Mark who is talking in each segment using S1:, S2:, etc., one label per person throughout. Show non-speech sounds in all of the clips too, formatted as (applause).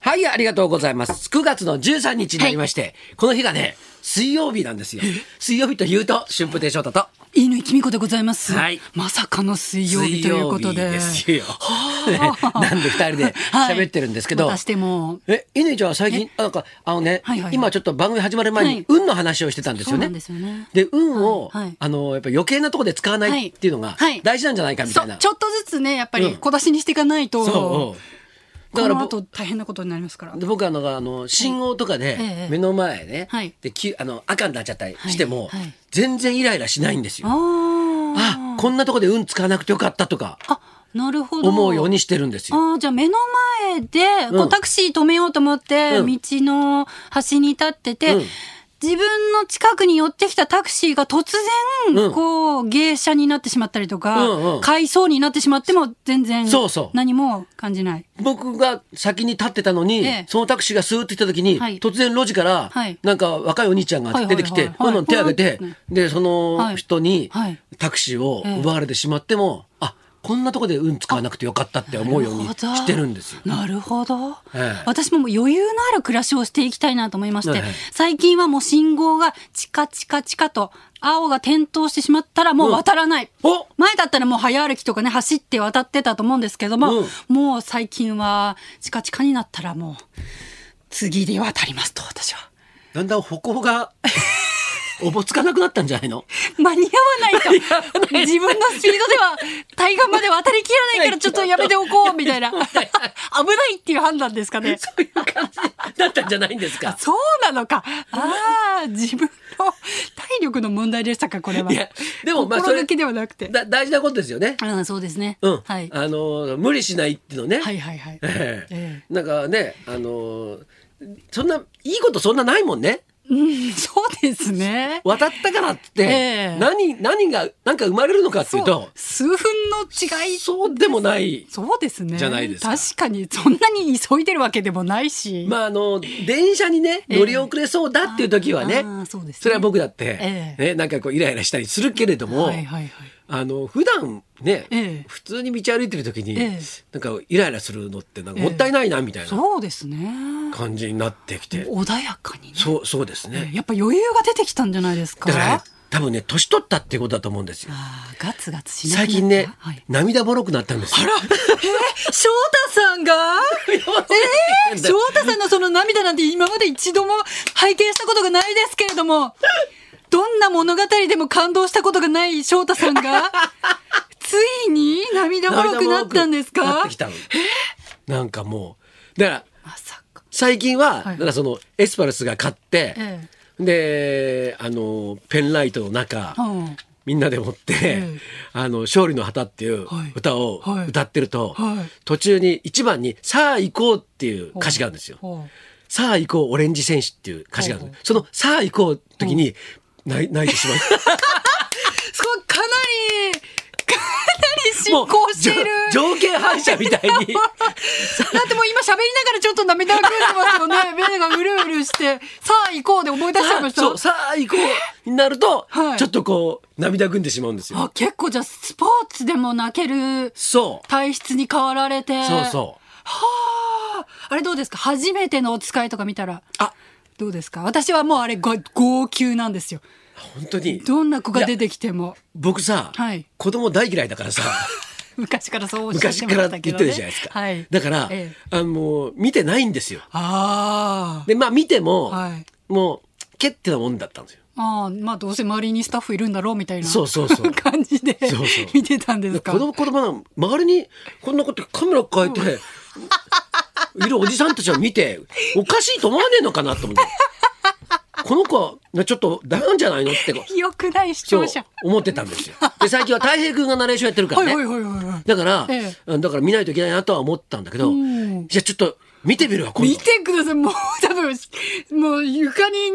S1: はい、ありがとうございます。9月の13日になりまして、この日がね、水曜日なんですよ。水曜日というと、春風亭昇太と。
S2: 乾きみこでございます、
S1: はい
S2: まさかの水曜日ということで
S1: 水曜日ですよ。
S2: はあ
S1: (laughs) なんで二人で喋ってるんですけど。
S2: (laughs) はいまたしても
S1: え、犬ちゃんは最近、なんか、あのね、
S2: はいはいはい
S1: 今ちょっと番組始まる前に、
S2: はい
S1: 運の話をしてたんですよ
S2: そうな
S1: ね
S2: ん。ですよね
S1: で運を、
S2: はいはい
S1: あの、やっぱ余計なところで使わないっていうのが
S2: はいはい、
S1: 大事なんじゃないかみたい
S2: そ
S1: うな。
S2: ちょっとずつねやっぱ
S1: うん
S2: り小出しにしていかないと、
S1: そううん。だから
S2: この
S1: ぼ
S2: 後大変なことになりますから
S1: で僕あのあの信号とか
S2: え
S1: で
S2: え
S1: 目の前ね、
S2: はい
S1: できあの赤になっちゃったりしても、
S2: はいはい
S1: 全然イライラしないんですよ。
S2: あ
S1: あこんなとこで運使わなくてよかったとか
S2: ああなるほど
S1: 思うようにしてるんですよ。
S2: ああ、じゃあ目の前で、こ
S1: うん
S2: うタクシー止めようと思って、
S1: うん
S2: 道の端に立ってて、
S1: うん
S2: 自分の近くに寄ってきたタクシーが突然、
S1: うん
S2: こう、芸者になってしまったりとか、
S1: うんうん
S2: 買いそうになってしまっても、全然、
S1: そうそう
S2: 何も感じない。
S1: 僕が先に立ってたのに、
S2: ええ
S1: そのタクシーがスーッと来た時に、
S2: はい
S1: 突然路地から、
S2: はい
S1: なんか若いお兄ちゃんが出てき
S2: は
S1: て、
S2: いはいはいはい
S1: どんどん手を挙げて、
S2: はい
S1: でその人に
S2: はい
S1: タクシーを奪われてしまっても、あこんなとこで運使わなくてよかったって思うようにしてるんですよ。
S2: なるほど。
S1: ええ
S2: 私ももう余裕のある暮らしをしていきたいなと思いまして、
S1: ええ
S2: 最近はもう信号がチカチカチカと、青が点灯してしまったらもう渡らない。
S1: お
S2: 前だったらもう早歩きとかね、走って渡ってたと思うんですけども、
S1: う
S2: もう最近はチカチカになったらもう、次で渡りますと、私は。
S1: だんだん歩行
S2: (laughs)
S1: がおぼつかなくなったんじゃないの
S2: 間に合わないと。自分のスピードでは、対岸まで渡りきらないからちょっとやめておこう、みたいな。危ないっていう判断ですかね。
S1: そういう感じだったんじゃないんですか。
S2: そうなのか。ああ、自分の体力の問題でしたか、これは。
S1: いやでもまあそ
S2: 心
S1: れ
S2: 抜きではなくて。
S1: だ大事なことですよね。
S2: うん、そうですね。
S1: うん、
S2: はい。
S1: あのー無理しないっていうのね。
S2: はいはいはい。
S1: ええ
S2: え
S1: なんかねあのーそんないいことそんなないもんね。
S2: うん、そうですね。
S1: 渡ったからって、
S2: ええ
S1: 何何がなんか生まれるのかっていう
S2: そう
S1: と
S2: 数分の違い
S1: そうでもない。
S2: そうですね
S1: じゃないですか
S2: 確かにそんなに急いでるわけでもないし、
S1: まああの電車にね
S2: ええ
S1: 乗り遅れそうだっていう時はね、
S2: あーそうですね
S1: それは僕だって、
S2: ええ
S1: ねなんかこうイライラしたりするけれども、
S2: はいはいはい
S1: あの普段ね、
S2: ええ
S1: 普通に道歩いてる時に、
S2: ええ
S1: なんかイライラするのってなんかもったいないなみたいな
S2: そうですね
S1: 感じになってきて、
S2: 穏やかにね
S1: そうそうですね、
S2: ええやっぱ余裕が出てきたんじゃないですか
S1: だからね多分ね年取ったってことだと思うんですよ
S2: あーガツガツしなくな
S1: 最
S2: った
S1: 近ね、
S2: はい、
S1: 涙もろくなったんですよ
S2: 翔太さんがえー、翔太さんのその涙なんて今まで一度も拝見したことがないですけれども、どんな物語でも感動したことがない翔太さ
S1: (laughs)
S2: んが、ついに涙もろくなったんです
S1: 涙もろくなっ
S2: か
S1: てきたのなんかもうだから
S2: まさか。
S1: 最近は、
S2: はい
S1: だからそのエスパルスが買って、
S2: え
S1: であのペンライトの中、
S2: えうん
S1: みんなでもって、
S2: ええ
S1: あの「勝利の旗」っていう
S2: はい
S1: 歌を
S2: はい
S1: 歌ってると、
S2: はい
S1: 途中に1番に「さあ行こう」っていう歌詞があるんですよ。
S2: ほう
S1: さあ行こうオレンジ戦士っていう歌詞があるんです、その「さあ行こう」時に泣い泣いてしまう。
S2: すごい、かなり、かなり (laughs) 進
S1: もう
S2: 行している。
S1: じょ条件反射みたい
S2: (laughs)
S1: に
S2: だってもう今喋りながらちょっと涙ぐんでますよね。目がうるうるして、さあ行こうで思い出しちゃいました。
S1: そうさあ行こうになると、
S2: はい
S1: ちょっとこう涙ぐんでしまうんですよ。
S2: あ結構じゃあスポーツでも泣ける
S1: そう
S2: 体質に変わられて
S1: そうそう
S2: はああれどうですか初めてのお使いとか見たら
S1: あ
S2: どうですか私はもうあれご号泣なんですよ
S1: 本当に
S2: どんな子が出てきても
S1: 僕さ、
S2: はい
S1: 子供大嫌いだからさ
S2: 昔からそうおっしゃっ
S1: 昔
S2: て
S1: か
S2: ま
S1: ら言
S2: した
S1: っ
S2: け
S1: て
S2: ど、
S1: る
S2: ね、
S1: じゃないですか、
S2: はい、
S1: だから、
S2: ええ
S1: あの見てないんですよ
S2: あ
S1: でまあ見ても、
S2: あはい
S1: もうけってなもんだったんですよ
S2: ああまあどうせ周りにスタッフいるんだろうみたいな
S1: そうそうそう
S2: (laughs) 感じで
S1: そうそう
S2: 見てたんです
S1: 子
S2: か
S1: 供子供の周りにこんなことカメラ変えて、
S2: (laughs)
S1: いるおじさんたちを見ておかしいと思わねえのかなと思ってこの子はなちょっとダメなんじゃないのって
S2: よくない視
S1: そう
S2: 聴者
S1: 思ってたんですよ。で最近は太平君がナレーションやってるか
S2: は
S1: ら
S2: いはい
S1: ね
S2: はいはいはい
S1: だから、
S2: え
S1: うんだから見ないといけないなとは思ったんだけど、
S2: ん
S1: じゃあちょっと見てみるわ今度
S2: 見てください。もう多分、もう床に、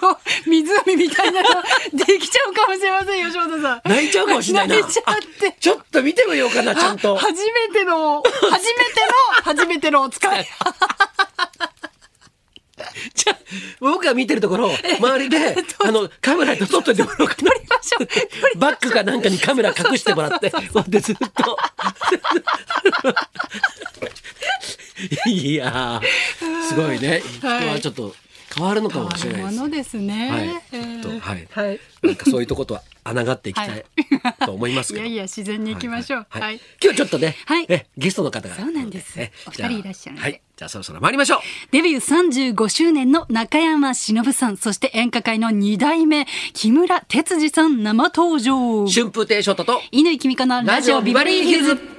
S2: あの、湖みたいなのできちゃうかもしれませんよ、翔太
S1: (laughs)
S2: さん。
S1: 泣いちゃうかもしれないな。
S2: 泣いちゃって
S1: あ。ちょっと見てみようかなちゃんと。
S2: 初めての、初めての、初めてのお使い。
S1: じゃあ僕が見てるところ周
S2: (laughs)
S1: りであのカメラで撮っといてもらおうかな。
S2: ましょう
S1: バックかなんかにカメラ隠してもらって、こうやってずっと。いやーすごいね。人
S2: はい
S1: はちょっと変わるのかもしれ
S2: 変
S1: な
S2: わ
S1: い
S2: る
S1: で
S2: も
S1: す
S2: の。ですね。
S1: はい
S2: えー
S1: ちょっとはい
S2: はい。
S1: なんかそういうとことは穴がっていきた
S2: はい
S1: いと思います
S2: い (laughs)
S1: けど。
S2: やいや自然に行きましょう。はい。
S1: 今日ちょっとね、
S2: はい
S1: えゲストの方が
S2: そうなんです
S1: え
S2: お二人
S1: じゃあ
S2: いらっしゃるんで
S1: はいじゃあそろそろ参りましょう
S2: デビュー35周年の中山忍さん、そして演歌界の2代目、木村哲司さん生登場。
S1: 春風亭昇太と
S2: 犬井君香のラジオビバリーヒルズ。